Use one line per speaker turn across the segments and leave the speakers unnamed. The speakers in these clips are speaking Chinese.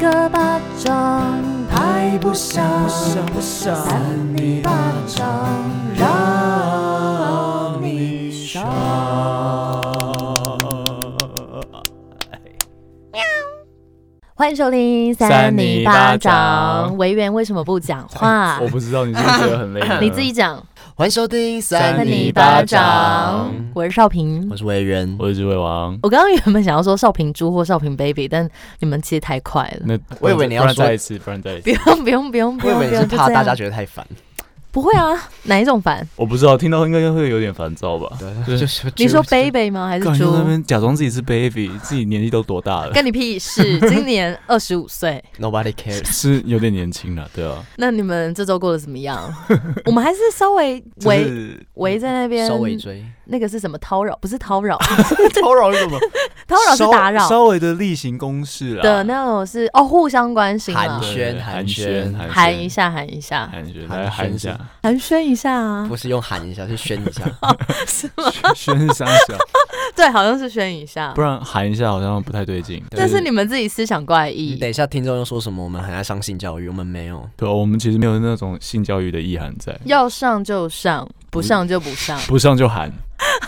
个巴掌拍不响，扇你巴掌让你爽。
哦
欢迎收听
扇
你
你巴
掌。
掌
维园为什么不讲话，
我？不知道你是不是觉得很累
你自己，讲。
欢迎收听三
扇
你
你
巴
巴
掌
掌，
我是少平
我。是维人，
我是智慧王。
我刚刚原本想要说少平猪或少平 baby，但你们切太快了。
那
我以为你要
不然
说
再一次，不然再一
不
次。
用不用不用不
我以
用，不
为你是
用就
怕
这样
大家觉得太烦，
不会啊，哪一种烦？
我不知道，听到应该会有点烦躁吧？
对，就是
你说 baby 吗？还是
干就在那
猪？
边假装自己是 baby，自己年纪都 多大了，
跟你屁事！今年二十五岁，
nobody cares，
是有点年轻了，对啊，
那你们这周过得怎么 样？我们还是稍微
就
围
是
围在那边，
收尾追，
那个是什么叨扰？不是叨 扰，
骚扰是什么？
叨扰是
稍
打扰
稍微的例行公事啦
的那种是哦，互相关心啊
寒，
对
暄寒
寒
暄
暄
喊一，下喊一下，
寒暄，
寒
来喊
暄
一
是
下，
寒暄一下啊
不，是用喊一下，是宣一下，
是吗？
宣三下，
对，好像是宣一下
不。然喊一下好像不太对劲。
但
就是
你们自己思想怪
你
异
等，一下听众又说什么？我们很爱上性教育，我们没有，
对啊，我们其实没有那种性教育的意涵在，
要上就上，不上就不上。
不上就喊。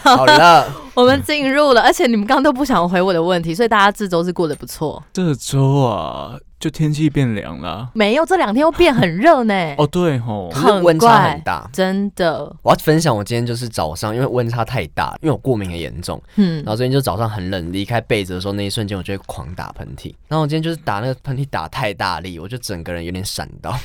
好了，
我们进入了，而且你们刚刚都不想回我的问题，所以大家这周是过得不错。
这周啊，就天气变凉了。
没有，这两天又变很热呢。
哦，对吼，
可是温差很大。
真的，
我要分享，我今天就是早上，因为温差太大，因为我过敏很严重，
嗯
然，后最近就早上很冷，离开被子的时候，那一瞬间我就会狂打喷嚏。然后我今天就是打那个喷嚏打太大力，我就整个人有点闪到，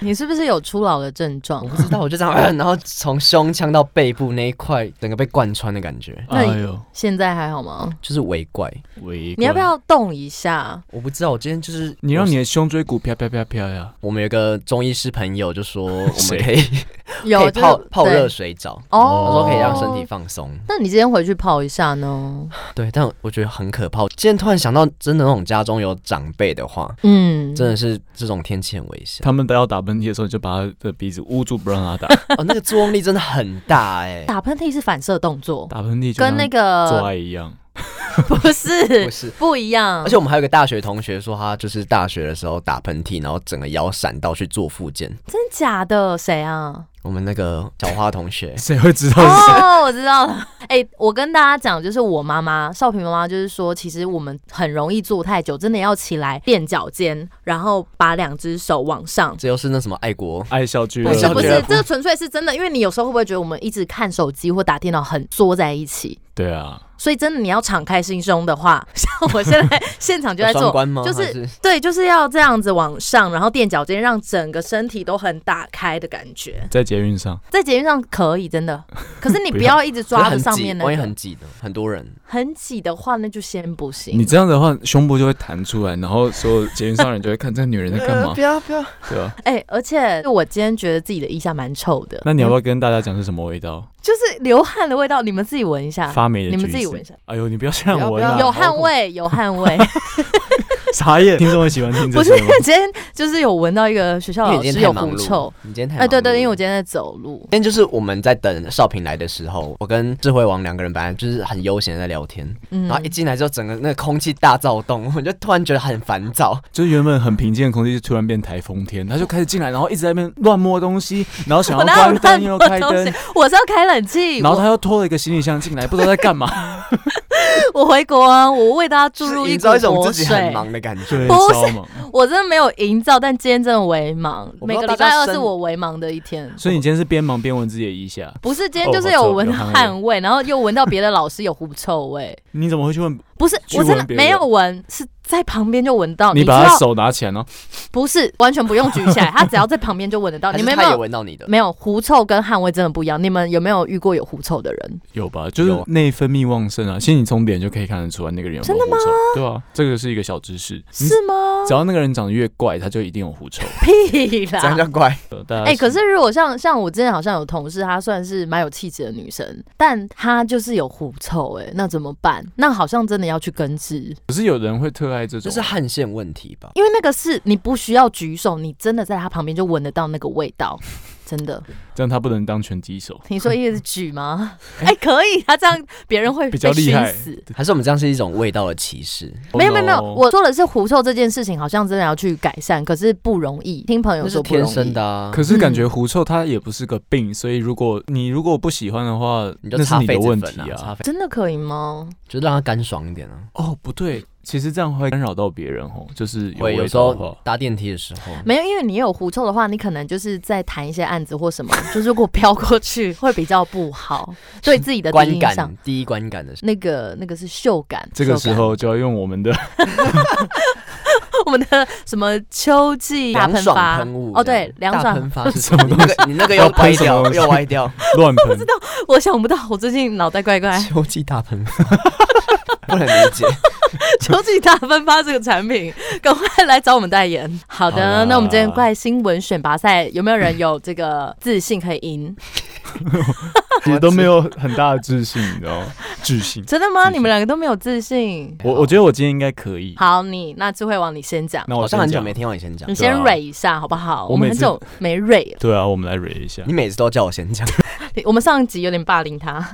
你是不是有初老的症状
我？不知道，我就这样， 然后从胸腔到背部那一块，整个被贯穿的感觉，
那你
哎呦，
现在还好吗？
就是围怪。
喂，
你要不？要动一下？
我不知道，我今天就是
你让你的胸椎骨啪啪啪啪呀！
我们有一个中医师朋友就说，我们
谁
可以 可
有
以泡泡热
水
水澡，他
哦，
说可以让身体。放松。
那你今天回去泡一下呢？
对，但我觉得很可怕。我今天突然想到，真的那种家中有长辈的话，
嗯，
真的是这种天气很危 险
他们都要打喷嚏的时候，你就把他的鼻子捂住，不让他打。
哦，那个作用力真的很大哎、
打喷嚏是反射动作，
打喷嚏就
跟那
像做
个
爱一样，
不是
不是。
不一样
而。且我们还有一个大学同学说，他就是大学的时候打喷嚏，然后整个腰闪到去做复健。
真假的？谁啊？
我们那个小花同学
谁会知道是谁？
哦，我知道了。 哎、我跟大家讲，就是我妈妈少平妈妈，就是说，其实我们很容易坐太久，真的要起来垫脚尖，然后把两只手往上。
这又是那什么爱国，
爱笑俱乐
不
部，
是
我
不
觉得
是，这个纯粹是真的，因为你有时候会不会觉得我们一直看手机或打电脑很缩在一起？
对啊，
所以真的你要敞开心胸的话， 像我现在现场就在
有双
做，
关吗？
就是
还是
对，就是要这样子往上，然后垫脚尖，让整个身体都很打开的感觉。
在捷运上，
在捷运上可以真的，可是你不
不要
要一直抓着
很
上
挤
面，那
万一
个
很挤的，很多人。
很挤的话，那就先不行。
你这样的话，胸部就会弹出来，然后所有捷运上的人就会看这女人在干嘛，
要不要，
对啊。
哎、而且我今天觉得自己的腋下蛮臭的，
那你要不要跟大家讲是什么味道？
就是流汗的味道，你们自己闻一下，
发霉的
你们
橘
自己
子
闻一下，
哎呦，你不要这样
不要
闻
不
啊！
要
有汗味，有汗味，
啥耶？听众会喜欢听
不
这
是
些吗？
今天就是有闻到一个学校
因为
老
你
师
今
哦
天
有
太忙
狐
碌
臭
了，，你今天太
哎、
忙
对对，
碌
因为我
了
今天在走路，
今天就是我们在等少平来的时候，我跟智慧王两个人本来就是很悠闲地在聊天，
嗯
然后一进来之后，整个那个空气大躁动， 我就突然觉得很烦躁。
就是原本很平静的空气，就突然变台风天，他就开始进来，然后一直在那边乱摸东 西，然后想
我
要
哪有
关
乱
灯又
摸
开
东
灯
西，？ 我是要开冷气。
然后
我
他又拖了一个行李箱进来，不知道在干嘛。
我回国啊，我为大家注
就是
入
营
股
造一种
活
自己很
水。
忙的感
对
觉。
不是
超忙。
我真的没有营造，但今天真的为忙。
我不
每
知道
个礼
大
拜
家
二是
生
我为忙的一天。
所以你今天是边忙边闻自己的腋下，
不是，今天
哦
就是
我
有
知道
闻
有汗味
汗味，然后又闻到别的老师有狐臭味。
你怎么会去问？
不是，
去
我真的
闻别
没有
人
闻，是在旁边就闻到。
你
哦知
把他
道
手拿起来呢？
不是完全不用举起来，他只要在旁边就闻得到。 哦
还
你
是
们有
他
没
也
有？
闻到你的，
没有狐臭跟汗味真的不一样。你们有没有遇过有狐臭的人？
有吧？就是
啊
有
内分泌旺盛啊，其实你从脸就可以看得出来那个人有没有狐臭。对啊，这个是一个小知识。
嗯
你
是吗
只？要那个人长得越怪，他就一定有狐臭。
屁啦！
这样就怪。
呃大家
哎、可是如果像像我之前好像有同事，她算是蛮有气质的女生，但她就是有狐臭、哎，那怎么办？那好像真的要去根治，
可是有人会特爱这
这
种
是，汗腺问题吧？
因为那个是你不需要举手，你真的在她旁边就闻得到那个味道，真的。
这样他不能当拳击手，
你说一直举 吗？哎，可以，他这样别人会
比较
被
厉
熏
害
死。
还是我们这样是一种味道的歧视？
没有没有没有，
Oh no
我说的是狐臭这件事情，好像真的要去改善，可是不容易。听朋友
那是
说不容
天
易
生的啊。
可是感觉
嗯
狐臭它也不是个病，所以如果你如果不喜欢的话，
你就
那是
擦
你
痱
的
子
问
粉
题
啊，擦痱，
真的可以吗？
就让它干爽一点啊。
哦，不对，其实这样会干扰到别人哦，就是有
会有
味
时
道哦的
候
话。
搭电梯的时候，
没有，因为你有狐臭的话，你可能就是在谈一些案子或什 么，就是如果飘过去会比较不好，对自己的第
观
一印象
感。第一观感的时
那个那个是嗅感，
这个
嗅
时
感
候就要用我 们的
我们的什么秋季
候，
大
凉
喷
爽
发
喷雾
哦，对，
这样
凉
大
爽，
喷 发是什么？你那个你那个又
要喷
歪
什么
掉
东西
又歪掉，，
乱喷，
我想不到，我最近脑袋怪怪
秋季大喷发，不能理解。
秋季大喷发这个产品，赶快来找我们代 言。好
好啦
的，那我们今天怪新闻选拔赛有没有人有这个自信可以 赢？
其实都没有很大的自信，你知 道吗？自信。
真的
自
吗？
信
你们两个都没有自信？
我我觉得我今天应该可以。
好，你那智慧王你先讲，
那我
好
先
像很久
讲
没。听到你先讲
你，先
对啊
蕊一下好不好？
我
我们
每
很
次
久没蕊了，
对啊，我们来蕊一下
你，每次都叫我先讲，
你我们上一集有点霸凌他，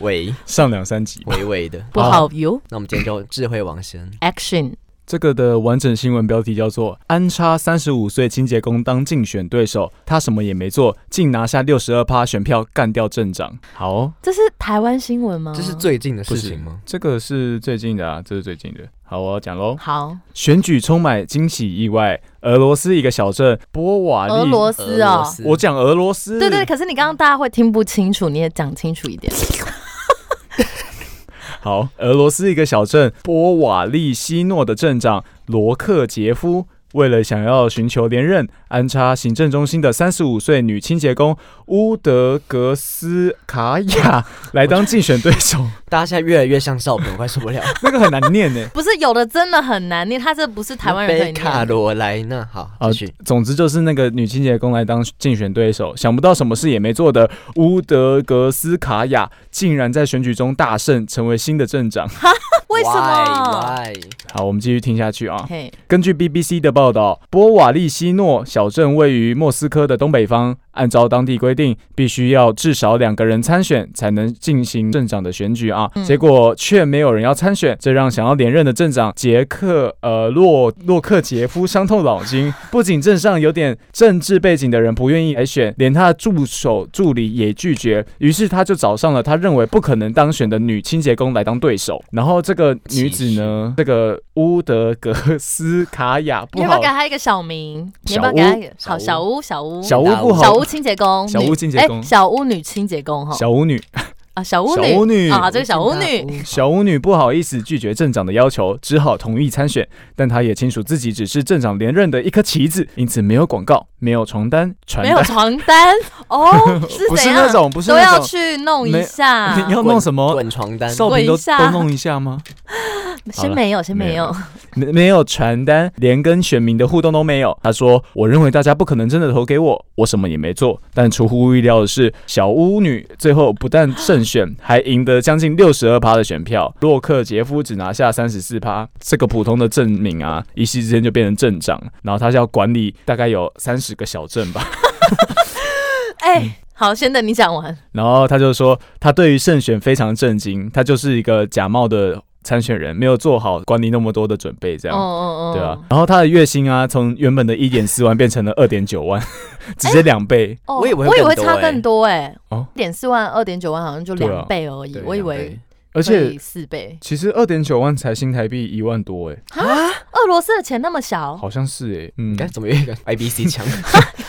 喂
上两三集。
喂喂的。
不好哟。
那我们今天就智慧王
嗯
先，
Action，
这个的完整新闻标题叫做“安插三十五岁清洁工当竞选对手，他什么也没做，竟拿下六十二趴选票，干掉镇长”。好哦，
这是台湾新闻吗？
这是最近的
不
事
是
情吗？？
这个是最近的啊，这是最近的。好，我要讲喽。
好，
选举充满惊喜意外，俄罗斯一个小镇波瓦利，
俄罗斯哦。
我讲俄罗斯，
对对，可是你刚刚大家会听不清楚，你也讲清楚一点。
好，俄罗斯一个小镇波瓦利西诺的镇长罗克杰夫，为了想要寻求连任，安插行政中心的三十五岁女清洁工乌德格斯卡 娅来当竞选对手，
大家现在越来越像少平，我快受不了。
那个很难念 呢。
不是有的真的很难念，他这不是 台湾人可以
北卡
念的。
罗来纳，好，
啊
继续。
总之就是那个女清洁工来当竞选对手，想不到什么事也没做的乌德格斯卡娅竟然在选举中大胜，成为新的镇长。
为什么？
Why？Why？
好，我们继续听下去啊。
嘿，
根据 BBC 的报道，波瓦利西诺小镇位于莫斯科的东北方。按照当地规定，必须要至少两个人参选才能进行镇长的选举啊。
嗯
结果却没有人要参选，这让想要连任的镇长杰克呃洛洛克杰夫伤透脑筋。不仅镇上有点政治背景的人不愿意来选，连他的助手助理也拒绝。于是他就找上了他认为不可能当选的女清洁工来当对手。然后这个女子
歧视
呢？嗯，这个乌德格斯卡娅
你
不
要不
好
要给，他一个小名？你要不
小
要给他
屋
一个好
小
小屋？小屋，
小屋不
小
好，
屋清洁工，
小
女
屋清洁工
哎小屋女清洁工哈
小巫女，
啊，小屋
小
女
巫女
啊，这个小屋女，
小巫女不好意思拒绝镇长的要求，只好同意参选。但她也清楚自己只是镇长连任的一颗棋子，因此没有广告，没有床单、传
没有
单，
床单哦，是
不是
怎
那
样？
种，不是
都
那
要
种，
去弄
没
一下，
你要弄什么？
滚床单，
少平
滚
都
一下
都弄一下吗？好
先
了
没有，先
没
没
有
有，
没没有传单，连跟选民的互动都没有。他说：“我认为大家不可能真的投给我，我什么也没做。”但出乎意料的是，小巫女最后不但胜选，还赢得将近六十二趴的选票，洛克杰夫只拿下三十四趴。这个普通的镇民啊，一夕之间就变成镇长，然后他是要管理大概有三十个小镇吧。
哎。好，先等你讲完。
然后他就说，他对于胜选非常震惊，他就是一个假冒的参选人，没有做好管理那么多的准备，这
嗯
样。
嗯嗯，
对啊，然后他的月薪啊，从原本的一点四万变成了二点九万， 直接两倍。
哦，
我以为会
我以
更
为
多
差
欸
更多哎
哦，
一点四万、二点九万好像就
对啊
两倍而已，
对
我以
两
为
倍
而且
四倍。
其实二点九万才新台币一万多哎、
俄罗斯的钱那么小，
好像是哎、嗯
你该。怎 么越感 IBC 强？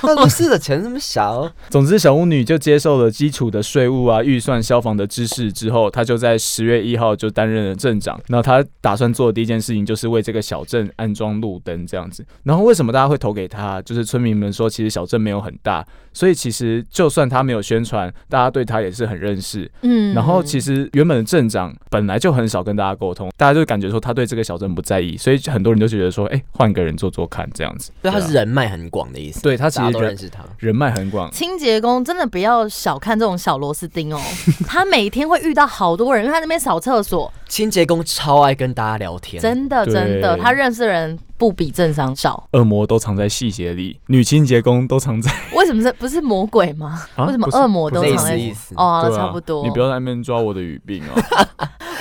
俄罗斯的钱这么小，
总之，小巫女就接受了基础的税务啊、预算、消防的知识之后，她就在十月一号就担任了镇长。然后她打算做的第一件事情就是为这个小镇安装路灯这样子。然后为什么大家会投给她？就是村民们说，其实小镇没有很大，所以其实就算她没有宣传，大家对她也是很认识。
嗯。
然后其实原本的镇长本来就很少跟大家沟通，大家就感觉说他对这个小镇不在意，所以很多人就觉得说，哎，换个人做做看这样子。
对，他
啊
是人脉很广的意思，
对他其
大家
实
都认
人
识他。
人脉很广，
清洁工真的不要小看这种小螺丝 钉哦，他每天会遇到好多人，因为他那边扫厕所，
清洁工超爱跟大家聊天，
真的
对
真的，他认识的人不比正常少。
恶魔都藏在细节里，女清洁工都藏在
为什什么是不是魔鬼吗？
啊
为什么
不是
恶魔
不
都
是
藏
恶
类
在
似
魔
意思。
哦，
对啊
差不多。
你不要在那边抓我的语病 哦。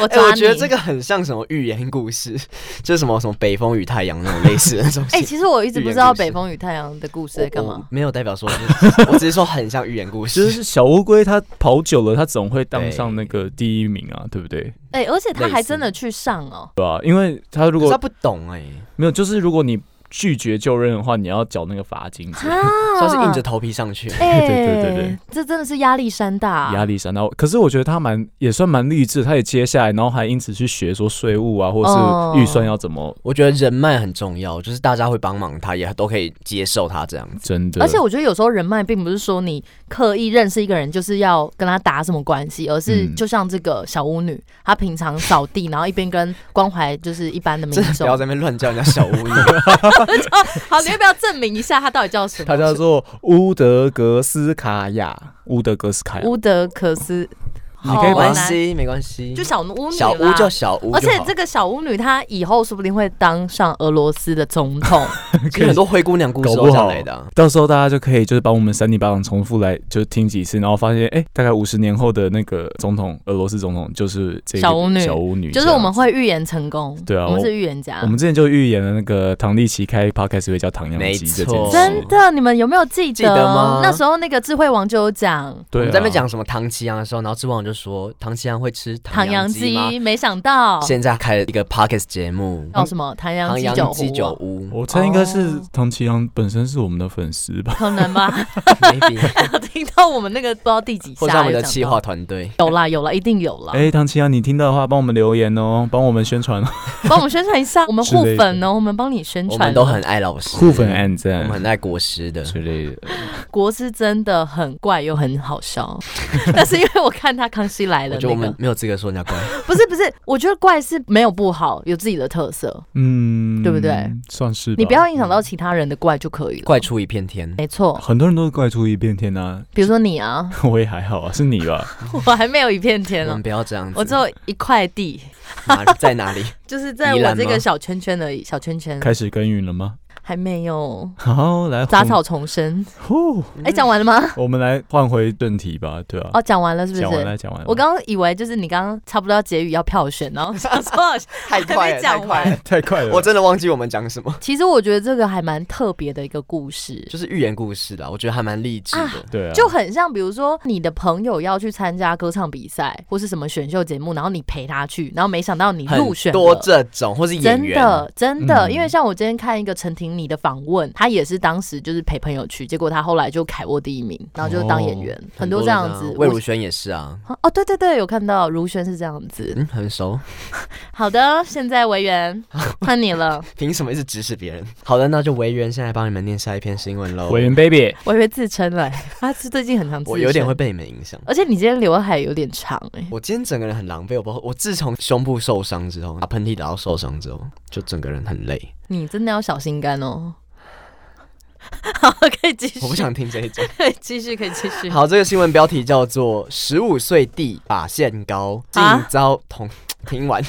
我
哎、
抓你。
我觉得这个很像什么寓言故事， 就是什么什么北风与太阳那种类似的东西。
哎、 其实我一直不知
寓言
道
故事
北风与太阳的故事
我
在干？
我
嘛。
没有代表说，就是 我只是说很像寓言故
就
事。
是小乌龟它跑久了，它总会当
对
上那个第一名啊，对不对？
哎、而且他
类
还
似
真的去上哦。
对吧、因为它如
可是他
果
不懂哎、
没有，就是如果你拒绝就任的话，你要缴那个罚金之类的。
啊
所以他是硬着头皮上去。
哎、
对对对对
这真的是压力山大、啊
压力山大。可是我觉得他蛮也算蛮励志，他也接下来，然后还因此去学说税务啊，或
哦
是预算要怎么。
我觉得人脉很重要，就是大家会帮忙他，也都可以接受他这样子。
真的，
而且我觉得有时候人脉并不是说你刻意认识一个人就是要跟他打什么关系，而是
嗯
就像这个小巫女，她平常扫地，然后一边跟关怀就是一般的民
真 的不
众
要。在那边乱叫人家小 巫女，
好，你要不要证明一下她到底叫什么？
他叫做乌德格斯卡娅，乌德格斯卡娅，
乌德可斯，
你可以
没
好
把
关
难
系，没关系。
就小巫女啦。
小巫就小巫就好，
而且这个小巫女她以后说不定会当上俄罗斯的总 统。
其实很多灰姑娘故事
搞
都
不
这样
好
来的啊。
到时候大家就可以就是把我们三里八掌重复来就听几次，然后发现哎、大概五十年后的那个总统，俄罗斯总统就是这个
小巫女
小巫女，
就是我们。会预言成功，
对啊
我们
我
是预言家
我。们之前就预言了那个唐立奇开 podcast 会叫唐扬
没
鸡这
错
件事，
真的，你们有没有记得？
记得吗
那时候那个智慧王就有讲
对、
我
啊，
们在那边讲什么唐奇阳的时候，然后志望就说唐奇阳会吃
唐
扬
扬
鸡吗？
鸡，没想到
现在开了一个 podcast 节目，
叫什么唐扬
嗯唐
鸡
扬
酒
鸡
壶
酒
啊，
屋
我猜应该是
哦
唐奇阳本身是我们的粉丝吧。
可能吧？
，maybe，
听到我们那个不知道第几
或者他
下
们
有
的
讲
企
到
划团队。
有啦有啦，一定有啦。
哎、唐奇阳，你听到的话，帮我们留言哦，帮我们宣传哦，
帮我们宣传一下，我们
之
互
类的
粉哦，我们帮你宣
我
传。
们都很爱老师，
互粉暗
我们
赞
很爱国师的。
之类的。
国师真的很怪又很好 笑，但是因为我看他《康熙来
我
了》
觉得我
那
们
个，
没有资格说 人家怪，
不是不是，我觉得怪是没有不好，有自己的特色，
嗯，
对不对？
算是吧。
你不要影响到其他人的怪就可以了。
怪出一片天。
没错，
很多人都是怪出一片天呐、
比如说你啊，
啊， 我也还好啊，是你吧？
我还没有一片天
我
呢
们，不要这样子。
我只有一块地，
哪里 在哪里？
就是在
宜
我
兰
这个
吗
小圈圈而已，小圈圈
开始耕耘了吗？
还没有
好，来
杂草丛生。
呼，
哎，讲完了吗？
我们来换回正题吧，对啊。
哦，讲完了是不
嗯讲完了，
是？
讲完了。
我刚刚以为就是你刚刚差不多要结语要票选，然后想说好像
太
快了还没讲完太快了。
太快了，
我真的忘记我们讲什么，
其实我觉得这个还蛮特别的一个故事，
就是寓言故事啦，我觉得还蛮励志的。
对啊，
就很像比如说你的朋友要去参加歌唱比赛或是什么选秀节目，然后你陪他去，然后没想到你
很
入选
多
了。
这种，或是演
真
员，
的，真的，
嗯
因为像我今天看一个陈婷妮的访问，她也是当时就是陪朋友去，结果她后来就凯沃第一名，然后就当演
哦
员，很多这样
都
子。
啊魏
我
如萱也是啊，
哦，对对对，有看到如轩是这样子。
嗯，很熟。
好的，现在维 园换你了，
凭什么一直指使别人？好的，那就维园现在帮你们念下一篇新闻喽。
委员 baby，
我以为自称了、 他是最近很常自称，
我有点会，被你们影响。
而且你今天刘海有点长哎、
我今天整个人很狼狈，我包括我自从胸部受伤之后，打喷嚏打到受伤之后，就整个人很累。
你真的要小心肝 哦。好，可以继续，
我不想听这一 种。
可以继续，可以继续。
好，这个新闻标题叫做“十五岁弟把限高，竟
啊
遭同”听完，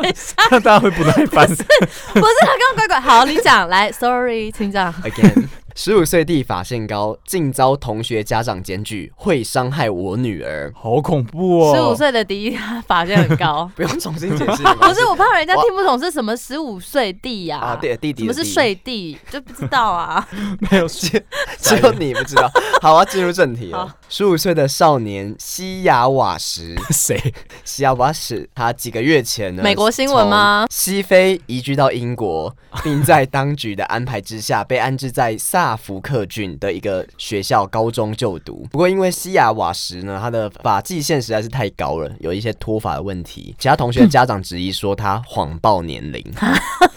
大家会不耐烦。
不是他刚刚乖乖，好，你讲来，sorry，请讲。
again，十 五岁弟发现高，竟遭同学家长检举，会伤害我女儿。
好恐怖哦！
十五岁的第一，他发现很
。
高
不用重新解释，
不是，我怕人家
哇
听不懂是什么十五岁弟呀、
啊，对，弟
什
弟
么
的
是
弟
睡弟就不知道 啊。
没有事，
只有你不知 道。好，我要进入正题
好
了。十五岁的少年西雅瓦什，
谁？
西雅瓦什，他几个月前呢，
美国新闻吗？
西非移居到 英国，并在当局的安排之下，被安置在萨福克郡的一个学校高中就读。不过，因为西雅瓦什呢，他的发际线实在是太高了，有一些脱发的问题。其他同学的家长质疑说他谎报年 龄，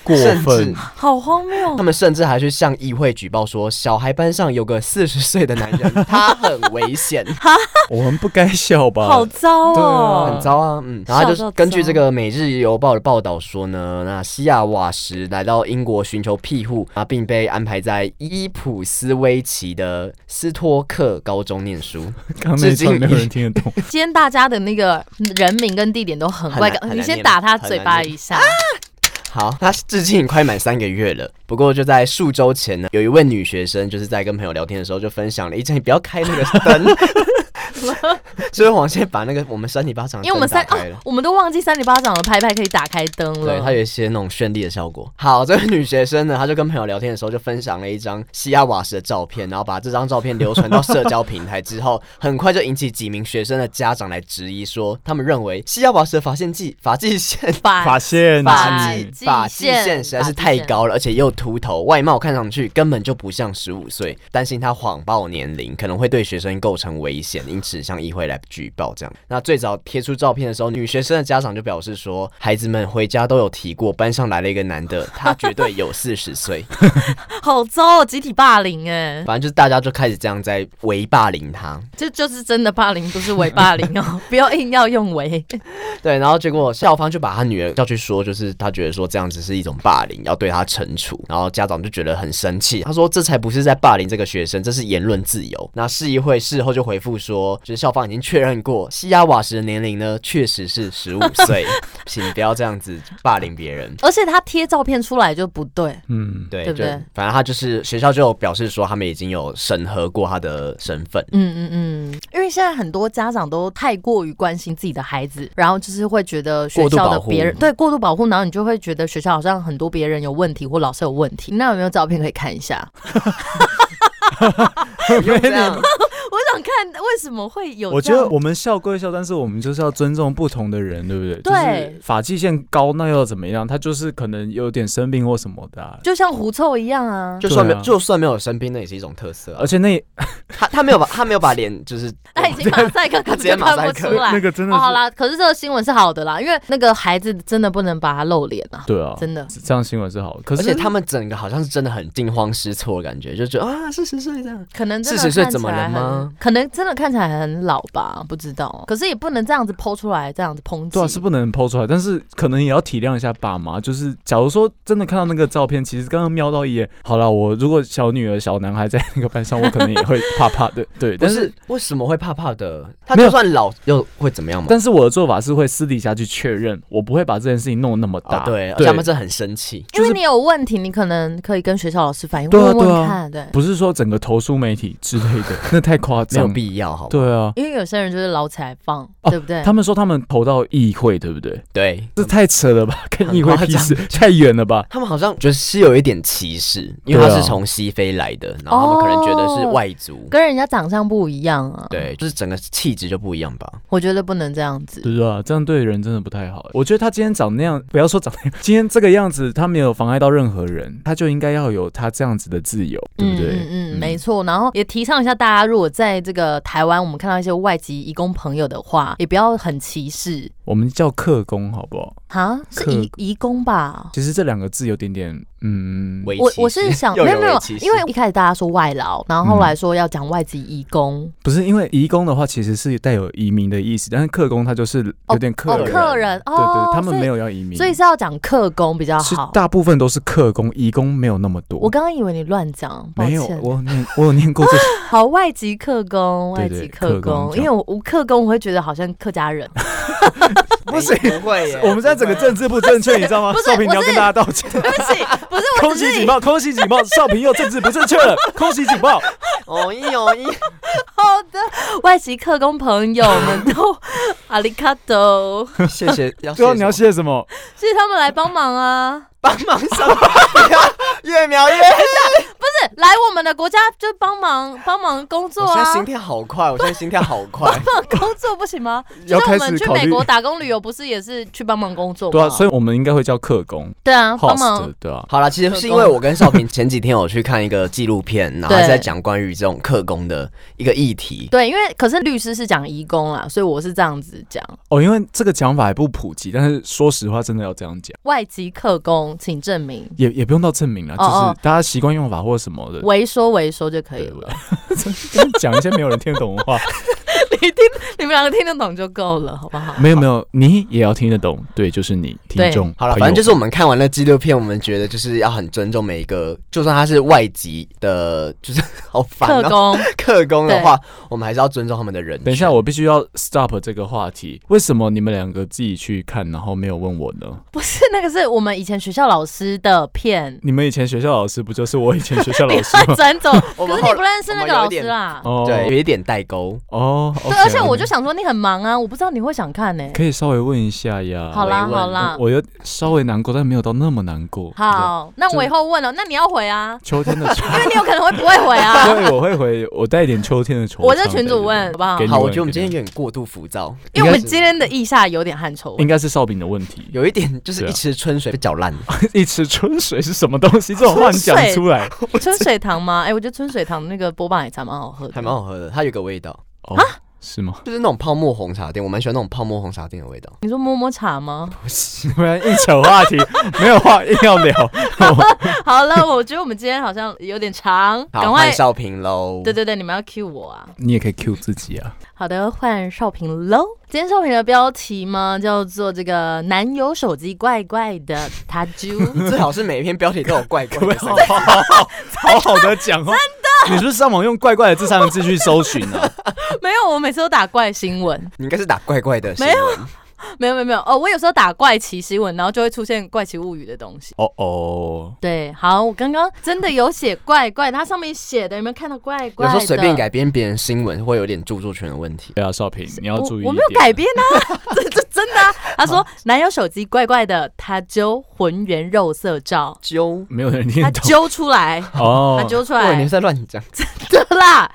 过
甚
分
至。
好荒谬
他！们甚至还去向议会举报说，小孩班上有个 四十岁的男人，他很危险，
我们不该笑吧？
好糟
对啊
哦
很！糟啊。嗯，然后他就
笑到
是根据
糟
这个《每日邮报》的报道说呢，那西亚瓦什来到英国寻求庇护，啊，并被安排在伊普斯威奇的斯托克高中念书。
刚那一串没有人听 得懂。
今天大家的那个人名跟地点都很怪
很难，很难
你先
念
打他
很
嘴
难
巴
念
一下。
好，他至今已快满三个月了。不过就在数周前呢，有一位女学生就是在跟朋友聊天的时候就分享了一阵，你不要开那个 灯。 就是黄线把那个我们三里巴掌的
因为我们
灯打
三
开了
哦，我们都忘记三里巴掌的拍拍可以打开灯
对，它
了。
有一些那种绚丽的效果。好，这位女学生呢，她就跟朋友聊天的时候，就分享了一张西亚瓦什的照片，然后把这张照片流传到社交平台之后，很快就引起几名学生的家长来质疑说，他们认为西亚瓦什的发现剂、发际线。
把
发 现
发
你
际
发际线
线
实在是太高了，而且又秃头，外貌看上去根本就不像十五岁，担心他谎报年龄可能会对学生构成危险，因此向议会来举报。这样，那最早贴出照片的时候，女学生的家长就表示说，孩子们回家都有提过，班上来了一个男的，他绝对有四十岁。
好糟哦，集体霸凌哎，
反正就是大家就开始这样在围霸凌他。
这就是真的霸凌，不是伪霸凌 哦，不要硬要用伪。
对，然后结果校方就把他女儿叫去说，就是他觉得说这样子是一种霸凌，要对他惩处。然后家长就觉得很生气，他说这才不是在霸凌这个学生，这是言论自由。那市议会事后就回复说，就是校方已经确认过，西亚瓦什的年龄呢确实是十五 岁，请不要这样子霸凌别人。
而且他贴照片出来就不对，
嗯，
对，
对不
就
对
反正他就是学校就有表示说，他们已经有审核过他的身份。
嗯嗯嗯，因为现在很多家长都太过于关心自己的孩子，然后就是会觉得学校
过度
的
保护
别人对过度保护，然后你就会觉得学校好像很多别人有问题或老师有问题。那有没有照片可以看一下？
用这样
我想看为什么会有
我
这
觉
样
得我们笑归笑，但是我们就是要尊重不同的人，对不对？
对
就是发际线高，那又怎么样？他就是可能有点生病或什么的啊、
就像狐臭一样啊。
就算没有、
对啊
就算没有生病，那也是一种特色啊、
而且那
他他没有把他没有把脸 就是
他已经马赛克，根本
直接
就
马
看
赛
不
克
出来。
那个真
哦，
的是
好啦，可是这个新闻是好的啦，因为那个孩子真的不能把他露脸啊，
对啊，
真的。
这样新闻是好的，可
而
是
且他们整个好像是真的很惊慌失措，的感觉就觉得啊，四十岁这样。
可能真的
40岁
看起
怎么了
来很
吗？
可能真的看起来很老吧，不知道。可是也不能这样子剖出来，这样子抨击。
对啊，是不能剖出来，但是可能也要体谅一下爸妈。就是假如说真的看到那个照片，其实刚刚瞄到一眼，好了，我如果小女儿、小男孩在那个班上，我可能也会怕怕的。对，
不
但是
是为什么会怕怕的？他
没有
就算老又会怎么样吗？
但是我的做法是会私底下去确认，我不会把这件事情弄得那么
啊
大。，
对，而且他们真的很生气。
因
就
为
是
你有问题，你可能可以跟学校老师反映，
对啊
问
对啊
问看，对。
不是说整个投诉媒体之类 的，那太夸
没有
张。
必要，好吧？
对啊，
因为有些人就是捞起来放，
哦
对不对？
他们说他们投到议会，对不对？
对，
这太扯了 吧，跟
很
议会
夸
屁
张
事，太远了吧？
他们好像觉得是有一点歧视，因为
对
他
啊
是从西非来的，然后他们可能觉得是外族，
跟人家长相不一样啊，
对，就是整个气质就不一样吧。
我觉得不能这样子。
对啊，这样对人真的不太好。我觉得他今天长那样，不要说长那样， 今天这个样子，他没有妨碍到任何人，他就应该要有他这样子的自由，对不对？
嗯嗯嗯，没错。然后也提倡一下大家，如果在这个台湾，我们看到一些外籍移工朋友的话，也不要很歧视
我们叫客工好不好？
哈，是
刻
移移工吧？
其实这两个字有点点，嗯，
围
我
棋
我 是想
又
没
有
有没有
围棋，
因为一开始大家说外劳，然
嗯
后后来说要讲外籍移工，
不是因为移工的话其实是带有移民的意思，但是客工他就是有点客
哦
人，
客人哦，
对对，他们没
有，
有要移民，
所以是要讲客工比较
是
好。
大部分都是客工，移工没有那么多。
我刚刚以为你乱讲，抱
没有，
歉。
我有念 我有念过 这
好，外籍客工，
对
外
对
籍客
客工
工，因为我无客工，我会觉得好像客家 人，
不是不会耶，
我们现在整个政治不正确，你知道吗
不？是
少平，你要
我是
跟大家道歉。
对不起，不是我
空
只
袭
是
警
以
报，空袭警报，少平又政治不正确 了，空袭警报。
哦一哦一，
好的，外籍客工朋友们 都阿里卡多，
谢谢，啊要
最后啊
谢
你要
什么
谢什么？
谢谢他们来帮忙啊，
帮忙什么？ 不要越描越
不是来我们的国家就帮忙帮忙工作
我现在
啊，
心跳好快，我现在心跳好快。
帮忙工作 不行吗？
要
就像
开
我
始
们去
考虑
美国打工旅游，不是也是去帮忙工作吗？
对啊，所以我们应该会叫客工
对啊，帮忙
host，对啊。
好了，其实是因为我跟少平前几天有去看一个纪录片，然后
对
是在讲关于这种客工的一个议题。
对，因为可是律师是讲移工啦，所以我是这样子讲，
哦，因为这个讲法还不普及，但是说实话，真的要这样讲，
外籍客工请证明，
也也不用到证明了，就
哦
是大家习惯用法或什么的。
为说为说就可以
对，
了。
我讲一些没有人听得懂的话。
你听，你们两个听得懂就够了，好不好？
没有没有，你也要听得懂，对，就是你听
对
众。
好了，反正就是我们看完了纪录片，我们觉得就是要很尊重每一个，就算他是外籍的，就是好烦
特
哦。
工，
客工的话，我们还是要尊重他们的人权。
等一下，我必须要 stop 这个话题。为什么你们两个自己去看，然后没有问我呢？
不是那个是我们以前学校老师的片，
你们以前学校老师不就是我以前学校老
你
师
乱
吗？
转 走，
我
可
们
是
后
你不认识那个老师啊啦。
哦，
对，有一点代沟。
哦，
对，
OK，
而且我
OK
就想说你很忙啊，我不知道你会想看呢、
可以稍微问一下呀。
好啦
我也问
好啦
我，我有稍微难过，但没有到那么难过。
好，那
就
我以后问了，那你要回啊，
秋天的惆
因为 你有可能会不会回啊，
对，我会回，我带一点秋天的惆怅。
我在群主问好不好
给你
好，
问
我觉得我们今天
给
有点过度浮躁，
因为我们今
应该是
天的意下有点汗臭味
应。该是少饼的问题。
有一点就是
对啊
一池春水被搅烂了。
一池春水是什么东西？这种话你讲
春水
出来
春水堂吗？哎、我觉得春水堂那个波霸奶茶蛮好喝的，
还蛮好喝的，它有个味道，
哦，是吗？
就是那种泡沫红茶店，我蛮喜欢那种泡沫红茶店的味道。
你说摸摸茶吗？
不然一扯话题，没有话硬要聊。
好了，我觉得我们今天好像有点长，赶
好，
快
换。少平喽。
对对对，你们要 cue 我啊！
你也可以 Q 自己啊。
好的，换少平喽。今天少平的标题吗？叫做这个男友手机怪怪的他啾。
最好是每一篇标题都有怪 怪
可不可
的
以好
三个字。
好好好好好的讲哦？真的？你是不是上网用怪怪的这三个字去搜寻呢？
没有，我每次都打怪新闻，
你应该是打怪怪的新
没
闻，
有没有没有没有哦，我有时候打怪奇新闻，然后就会出现怪奇物语的东西。
哦哦，
对，好，我刚刚真的有写怪怪，它上面写的，有没有看到怪怪
有
的？
时候随便改编别人新闻会有点著作权的问题。
对啊，少平，你要
我
注意。
我没有改。编啊， 这这真的啊。他说男友手机怪怪的，他揪浑圆肉色照，
揪，
没有人听
他
得懂
揪出来，他
哦，
揪出
哇，你
来
是在乱 讲。
的啦。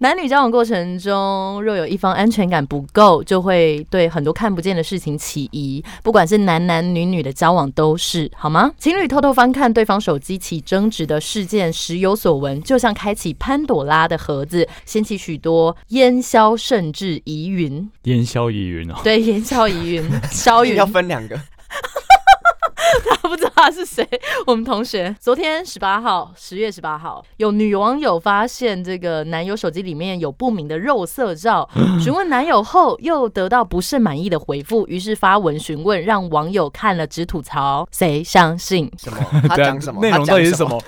男女交往过程中，若有一方安全感不够，就会对很多看不见的事情起疑。不管是男男女女的交往都是，好吗？情侣偷偷翻看对方手机起争执的事件，时有所闻，就像开启潘朵拉的盒子，掀起许多烟消甚至疑云。
烟消疑云哦。
对，言笑疑云，萧云
要分两个，
不知道他是谁，我们同学。昨天十八号，十月十八号，有女网友发现这个男友手机里面有不明的肉色照，询问男友后又得到不甚满意的回复，于是发文询问，让网友看了直吐槽，谁相信？
什 么？他
对啊
讲什么？
内容
他讲
到底是什？么？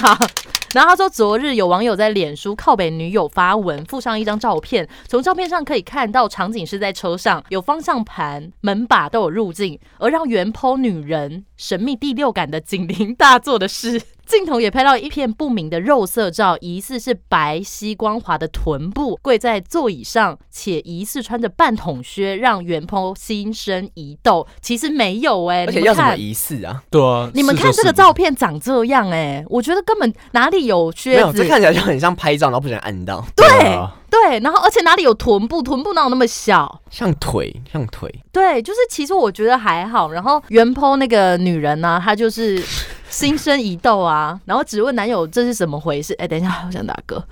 好。 然后他说，昨日有网友在脸书靠北女友发文，附上一张照片。从照片上可以看到，场景是在车上，有方向盘、门把都有入镜，而让原剖女人神秘第六感的警铃大作的是，镜头也拍到一片不明的肉色照，疑似是白皙光滑的臀部跪在座椅上，且疑似穿着半筒靴，让原剖心生疑窦。其实没有哎、
而
你
且
们
要什么
看
疑似啊？
对啊，
你们
是
看
就
这个
是
照片长这样哎、我觉得根本哪里有
没
靴
有，
子
这，看起来就很像拍照，然后不小心按到，
对
对
啊
对，然后而且哪里有臀部，臀部哪有那么小？
像腿，像腿。
对，就是其实我觉得还好。然后原 po 那个女人呢、她就是心生疑窦啊，然后只问男友这是怎么回事？哎、等一下，我想打嗝。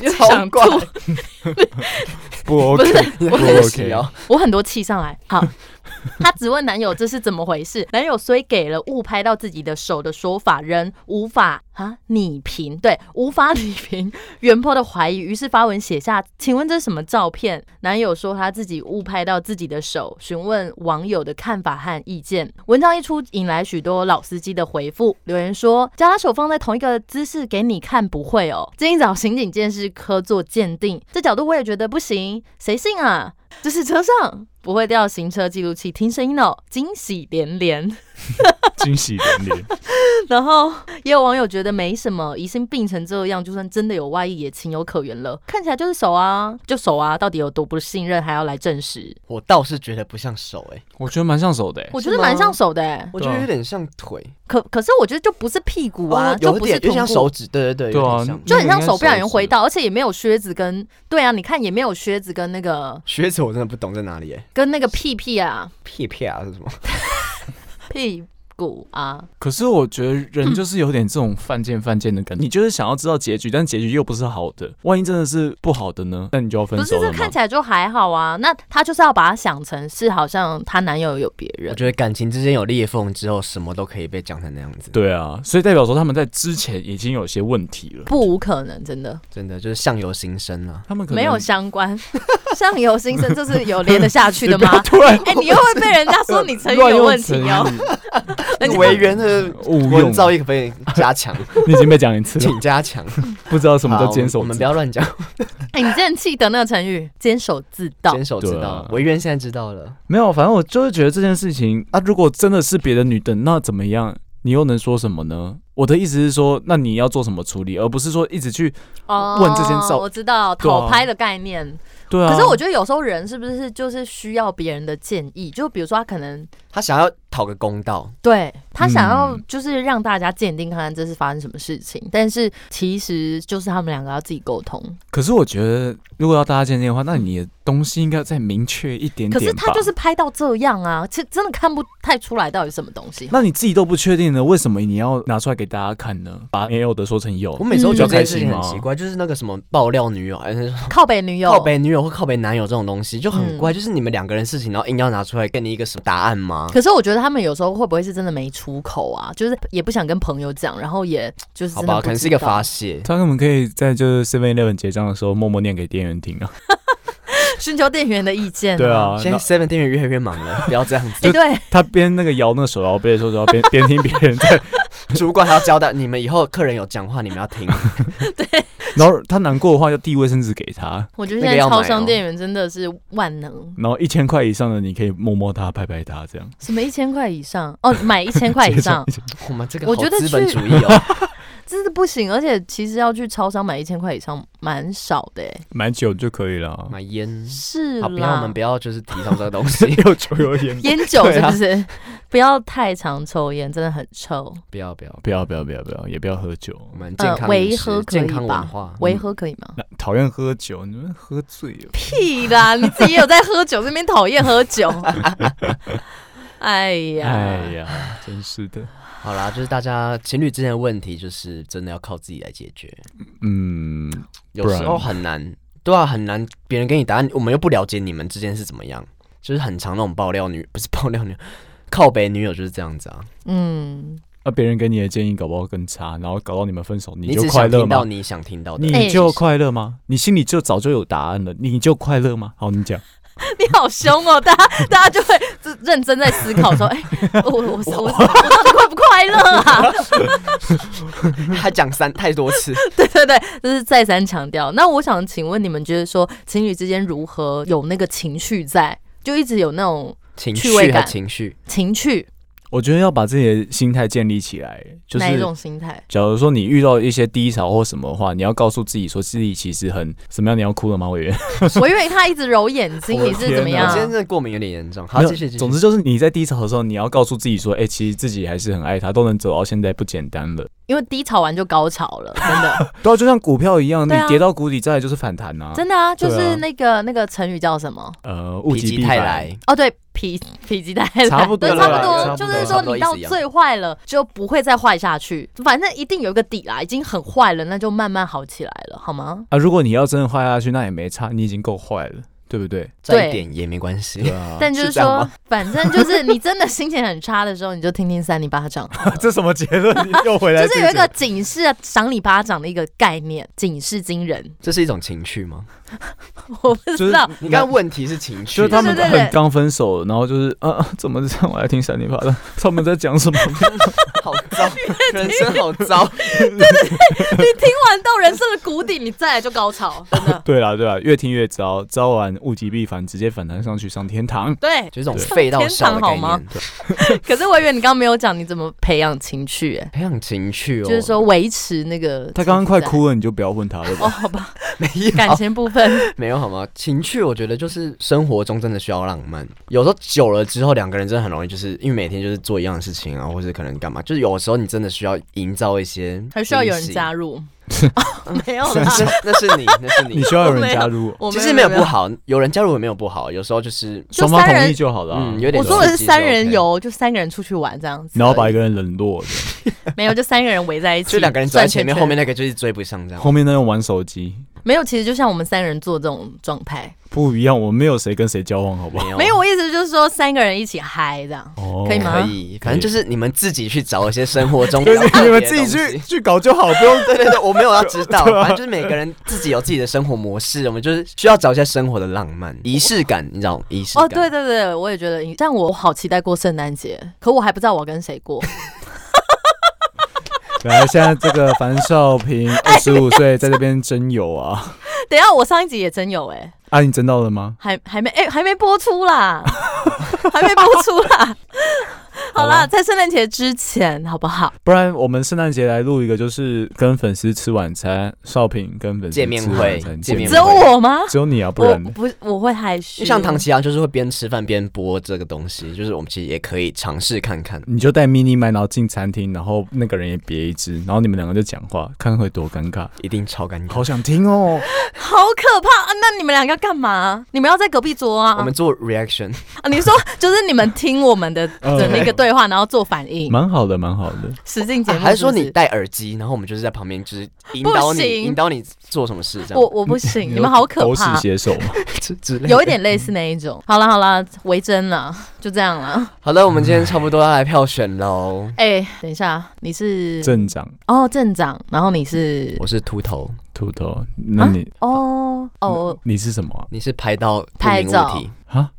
又想吐，
超
不
不
OK，
是，
不
对不
OK
起哦，
我很多气上来。好，她只问男友这是怎么回事，男友虽给了误拍到自己的手的说法，仍无法啊拟平，对，无法拟平原坡的怀疑，于是发文写下：“请问这是什么照片？”男友说他自己误拍到自己的手，询问网友的看法和意见。文章一出，引来许多老司机的回复，留言说：“将他手放在同一个姿势给你看，不会哦。”今早刑警鉴识科做鉴定，这角度我也觉得不行，谁信啊？这是车上不会掉行车记录器，听声音哦，惊喜连连。
惊喜连连。
然后也有网友觉得没什么，疑心病成这样，就算真的有外溢，也情有可原了。看起来就是手啊，就手啊，到底有多不信任，还要来证实？
我倒是觉得不像手，哎，
我觉得蛮像手的欸。
我觉得蛮像手的、欸，
我觉得有点像腿，
可可是我觉得就不是屁股啊，
哦
就
有
不
点
是
有点
臀
像
部
手。指，对对对，
对啊
有点像
就很像手被
那个应该
人
是
回到，而且也没有靴子跟对啊，你看也没有靴子跟那个
靴子我真的不懂在哪里，哎，
跟那个屁屁啊
屁屁啊是什么？
屁 school 啊，
可是我觉得人就是有点这种犯贱犯贱的感觉，你就是想要知道结局，但结局又不是好的，万一真的是不好的呢？那你就要分
不
手
是
了
这
吗
看起来就还好啊。那她就是要把它想成是好像她男友有别人
我，觉得感情之间有裂缝之后，什么都可以被讲成那样子。，
对啊，所以代表说他们在之前已经有些问题了，
不无可能，真的
真的就是相由心 生啊。
他们可能
没 有相关。 相由心生，这是有连得下去
你
的
不 要
吗？
啊突然
哎、你又会被人家说你成语
乱
有
用
问题
成语
哦。 人家
委员的
误
文
用，
造诣可不可以 加强？
你已经被讲一次 了，
请加强。
不知道什么叫坚
好
守
我们
之
不要乱讲，
哎、你之前记得那个成语“坚守自盗
坚守知
对啊
道。委员现在知道了，
没有，反正我就是觉得这件事情啊，如果真的是别的女的，那怎么样？你又能说什么呢？我的意思是说，那你要做什么处理，而不是说一直去”。
哦，
问这件事
我知道
对啊
讨拍的概念。
对啊。
可是我
觉
觉得有时候人是不是就是需要别人的建议？就比如说他可能
他想要讨个公道，
对他想要
嗯
就是让大家鉴定看看这是发生什么事情，但是其实就是他们两个要自己沟通。
得，可是我觉得，如果要大家见面的话，那你的东西应该再明确一点点吧。
可是他就是，拍到这样啊，其实真的看不太出来到底什么东西。
那你自己都不确定呢，为什么你要拿出来给大家看呢？把没有的说成有
我，每次都觉得这件事
嗯
情
比较开
很
心吗
奇怪，就是那个什么爆料女友，还 是
靠北女友，
靠北女友或靠北男友这种东西就很怪，就是你们两个人事情，然后硬要拿出来给你一个什么答案吗？
嗯可是我觉得他们有时候会不会是真的没出口啊？就是也不想跟朋友讲，然后也就是
好
真的
吧，
不
可能是一个
知道
发泄。
他们可以在就是 Seven Eleven 结账的时候默默念给店员听啊。
寻求店员的意见、
对，啊，
现在
那
Seven 店员越来越忙了，不要这样 子。
哎、对，
他边那个摇那个手摇杯的时候，然后边边听别人在，
主管还要交代你们以后客人有讲话，你们要 听。
然后他难过的话要递卫生纸给他。
我觉得
那
现在
个要买
超
哦
商店员真的是万能，
然后一千块以上的你可以摸摸它、拍拍它，这样。
什么一千块以上哦，买一千 块以上
我们这个
我
好
觉得
资本
去
主义哦，
真的不行，而且其实要去超商买一千块以上蛮少的、欸，
买酒就可以了。，
买烟。
是
好，不要我
啦
们不，要就是提倡这个东 西
有酒有烟
烟酒
对
是
啊
不是？不要太常抽烟，真的很臭。
不要不要，
不要不要不要不要，也不要喝酒。
我们健
呃，
康饮
维
食
喝、可
健
以
康文
吧
化？。嗯
维喝可以吗？
那讨厌喝酒，你们喝醉哦了。
屁啦！你自己也有在喝酒，这边讨厌喝 酒。哎呀，
哎呀，真是的。
好啦，就是大家情侣之间的问题，就是真的要靠自己来解决，
嗯，
有时候
不
很难，对啊，很难，别人给你答案，我们又不了解你们之间是怎么样，就是很常那种爆料女，不是爆料女， 靠北女友就是这样子啊，
嗯，
那啊别人给你的建议搞不好更差，然后搞到你们分手，
你
就
只
快
想
乐
听到
吗？
你想听到的，
你
哎
就快乐吗？你心里就早就有答案了，你就快乐吗？好，你讲。
你好凶哦！大家大家就会自认真在思考说，哎、我我我我我到底快不快乐啊？
还讲三太多次，
对对对，这是再三强调。那我想请问你们，觉得说情侣之间如何有那个情绪在，就一直有那种
情
趣味
绪和
感
情绪，
情绪、
我觉得要把自己的心态建立起来，就是
哪一种心态？
假如说你遇到一些低潮或什么的话，你要告诉自己说自己其实很怎么样，你要哭了吗？委员，
我以为他一直揉眼睛，
我的
你是怎么
天
我
哪
样啊
今？天真的过敏有点严重，好，继续继续，
总之就是你在低潮的时候，你要告诉自己说，哎、其实自己还是很爱他，都能走到现在不简单了。
因为低潮完就高潮 了，真的。
对啊，就像股票一样，
对啊
你跌到谷底，再来就是反弹啊。
真的啊，就
对啊
是那个、那个成语叫什么？
呃，物
极
极必
泰
反
来。，
哦，对，否否极泰来，
差不多
对，
啦
差不
差
多，
不
就
多
是
差
说
不多
你到
意思一样
最坏了就不会再坏下去，反正一定有一个底啦，已经很坏了，那就慢慢好起来了，好吗？
啊，如果你要真的坏下去，那也没差，你已经够坏了，对不对？
再
对
一点也没关系，
啊
但就是
这样
说
吗，
反正就是 你真的心情很差的时候，你就听听三里巴掌，
这什么结论？你又回
啊
来
就
这
是
节
有一个警示啊赏你巴掌的一个概念，警示惊人。
这是一种情绪吗？
我不
就是
知道，
你刚问题是情绪，
就是他们
对对对
很刚分手，然后就是啊，啊怎么这样？我来听闪电发的， 他们在讲 什么？
好糟，人生好糟。
听完到人生的谷底，你再来就高潮， 真的。
对啦，对啦，越听越糟，糟完物极必反，直接反弹上去上天堂。
对，
就是这种废到笑的概
天堂好
念，对
可是我以为你刚刚没有讲你怎么培养情趣、哎。
培养情趣哦。
就是说维持那个。
他刚刚快。哭了，你就不要问他了吧
哦，。好吧，
没
感
有
情部分，
没有好吗？情趣我觉得就是生活中真的需要浪漫，有时候久了之后，两个人真的很容易就是因为每天就是做一样的事情啊，或是可能干嘛，就是有时候你真的需要营造一些，
还需要有人加。入。没有
那
啦，
是那是你，那是
你
你。
需要有人加入，
我
其实没有不，好，有人加入也没有不好，有时候就是
就
双方
三
同
人
意就好了啊、
嗯有点
我说的是
刺激就
三人
OK
游，就三个人出去玩这样子，
然后把一个人冷落了，
没有就三个人围在一起，
就两个人走在
转
前
圈
面，
圈
后面那个就是追不上这样。
后面那人玩手机
没有，其实就像我们三人做这种状态，
不一样，我没有谁跟谁交往，好不好？
没有
没有，我意思就是说三个人一起嗨这样，
哦
可以吗
可以，反正就是你们自己去找一些生活 中
就是
比较特
哦你们
别的
自己
东
去
西。
去搞就好，不用
对对对，我没有要知 道，
对啊
反正就是每个人自己有自己的生活模式，我们就是需要找一些生活的浪漫、仪式感，你知道吗？仪式感。
哦，对对对，我也觉得，但我好期待过圣诞节，可我还不知道我跟谁过。
来，现在这个樊少平
哎
二十五岁，在这边征友啊，
等一下，我上一集也真有哎、
啊，你征到了吗？
还还没哎、还没播出啦， 还没播出啦。 好啦，在圣诞节之前好不好？
不然我们圣诞节来录一个，就是跟粉丝吃晚餐，少平跟粉丝
见面
吃晚
会
餐
见面
只有
会
我吗？
只有你啊，不
我
然呢
不我会害羞，
就像唐琪阳，就是会边吃饭边播这个东西，就是我们其实也可以尝试看看。
你就带 mini 麦，然后进餐厅，然后那个人也别一只，然后你们两个就讲话，看看会多尴尬。
一定超尴尬。
好想听哦，
好可怕、啊！那你们两个要干嘛？你们要在隔壁桌啊？
我们做 reaction，
啊，你说就是你们听我们的
嗯
的那个对话，然后做反 应，
蛮好的，蛮好的。
实境节目
啊还是说
不
你戴耳机，然后我们就是在旁边就是引导
不行
你，引导你做什么事这
我
样
我不 行，你们好可
狗屎
怕。
写手嘛，
之之类的。
有一点类似那一种。 好了好了，为真了，就这样 了。
好的，我们今天差不多要来票选喽。
哎、等一下，你是
镇长
哦镇长，然后你是
我是秃头，
秃头，那你
啊哦
嗯
哦
你是什么
你是拍到不
拍
明
照
物体，
啊啊？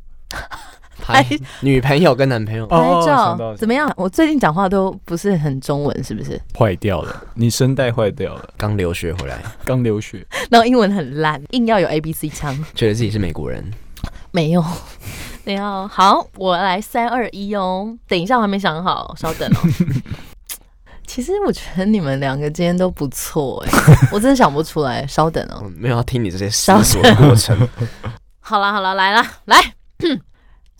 拍
拍
女朋友跟男朋 友
哦哦
拍照、
想到了
怎么样？我最近讲话都不是很中文，是不是？
坏掉了，你声带坏掉了，
刚留学回来，
刚流血。
然后英文很烂，硬要有 A B C 腔，
觉得自己是美国人，
没有。等一下哦，好，我来三二一哦。等一下，我还没想好，稍等 哦。其实我觉得你们两个今天都不错 哎、我真的想不出来，稍等哦。
嗯，没有要听你这些思
小
索的过程。
好啦好啦，来啦来，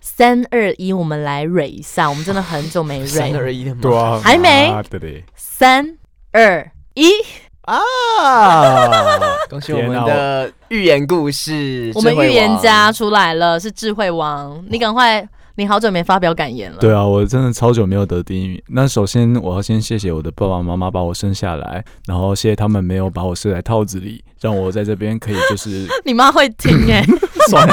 三二一，我们来蕊一下，我们真的很久没
三
蕊。
二一的吗？
对啊，
还没
妈的嘞
三二一，
啊！恭喜我
天
们
哪
的寓言故事，
我们
智慧
预言
王
家出来了，是智慧王，你赶快，你好久没发表感言了。
对啊，我真的超久没有得第一名。那首先我要先谢谢我的爸爸妈妈把我生下来，然后谢谢他们没有把我射在套子里，让我在这边可以就是
你妈会听哎、
算了。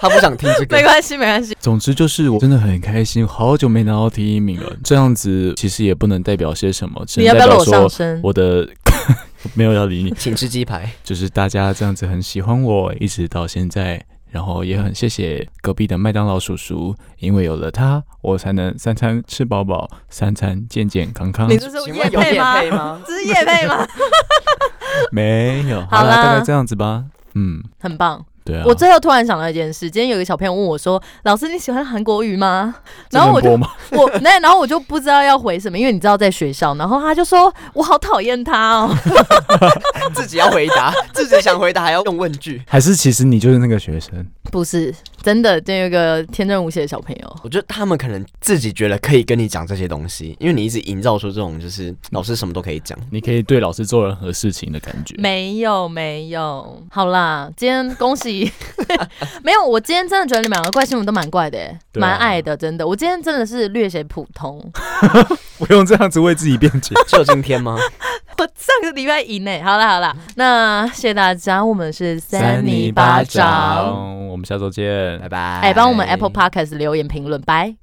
他不想听这
没
个。
关系没关系。
总之就是我真的很开心，好久没拿到第一名了。这样子其实也不能代表些什么，只
你要
能
不
代
要
表
裸上
说
身？
我的没有要理你，
请吃鸡排，
就是大家这样子很喜欢我，一直到现在。然后也很谢谢隔壁的麦当劳叔叔，因为有了他，我才能三餐吃饱饱，三餐健健康康。
你这是
请
叶
问有
配
业
吗？
配吗？
这是叶配 吗？
没有，
好
好
啦
啦，大概这样子吧。嗯，
很棒。
对啊。
我最后突然想到一件事，今天有一个小朋友问我说：“老师，你喜欢韩国语吗？”
这
然后
能
我就
播吗？
我那然后我就不知道要回什么，因为你知道在学校，然后他就说我好讨厌他哦，
自己要回答， 自己想回答还要用问句。
还是其实你就是那个学生？
不是真的，就有一个天真无邪的小朋友。
我觉得他们可能自己觉得可以跟你讲这些东西，因为你一直营造出这种就是老师什么都可以讲。
你可以对老师做任何事情的感觉。
没有没有，好啦，今天恭喜， 没有，我今天真的觉得你们两个怪新闻都蛮怪的耶，
对啊
蛮爱的，真的，我今天真的是略显普通，
不用这样子为自己辩 解。
只有 今天吗？
我上个礼拜赢诶，好啦好啦，那谢谢大家，我们是三尼巴掌，哎
我们下周见，
拜拜。
哎、帮我们 Apple Podcast 留言评论，拜。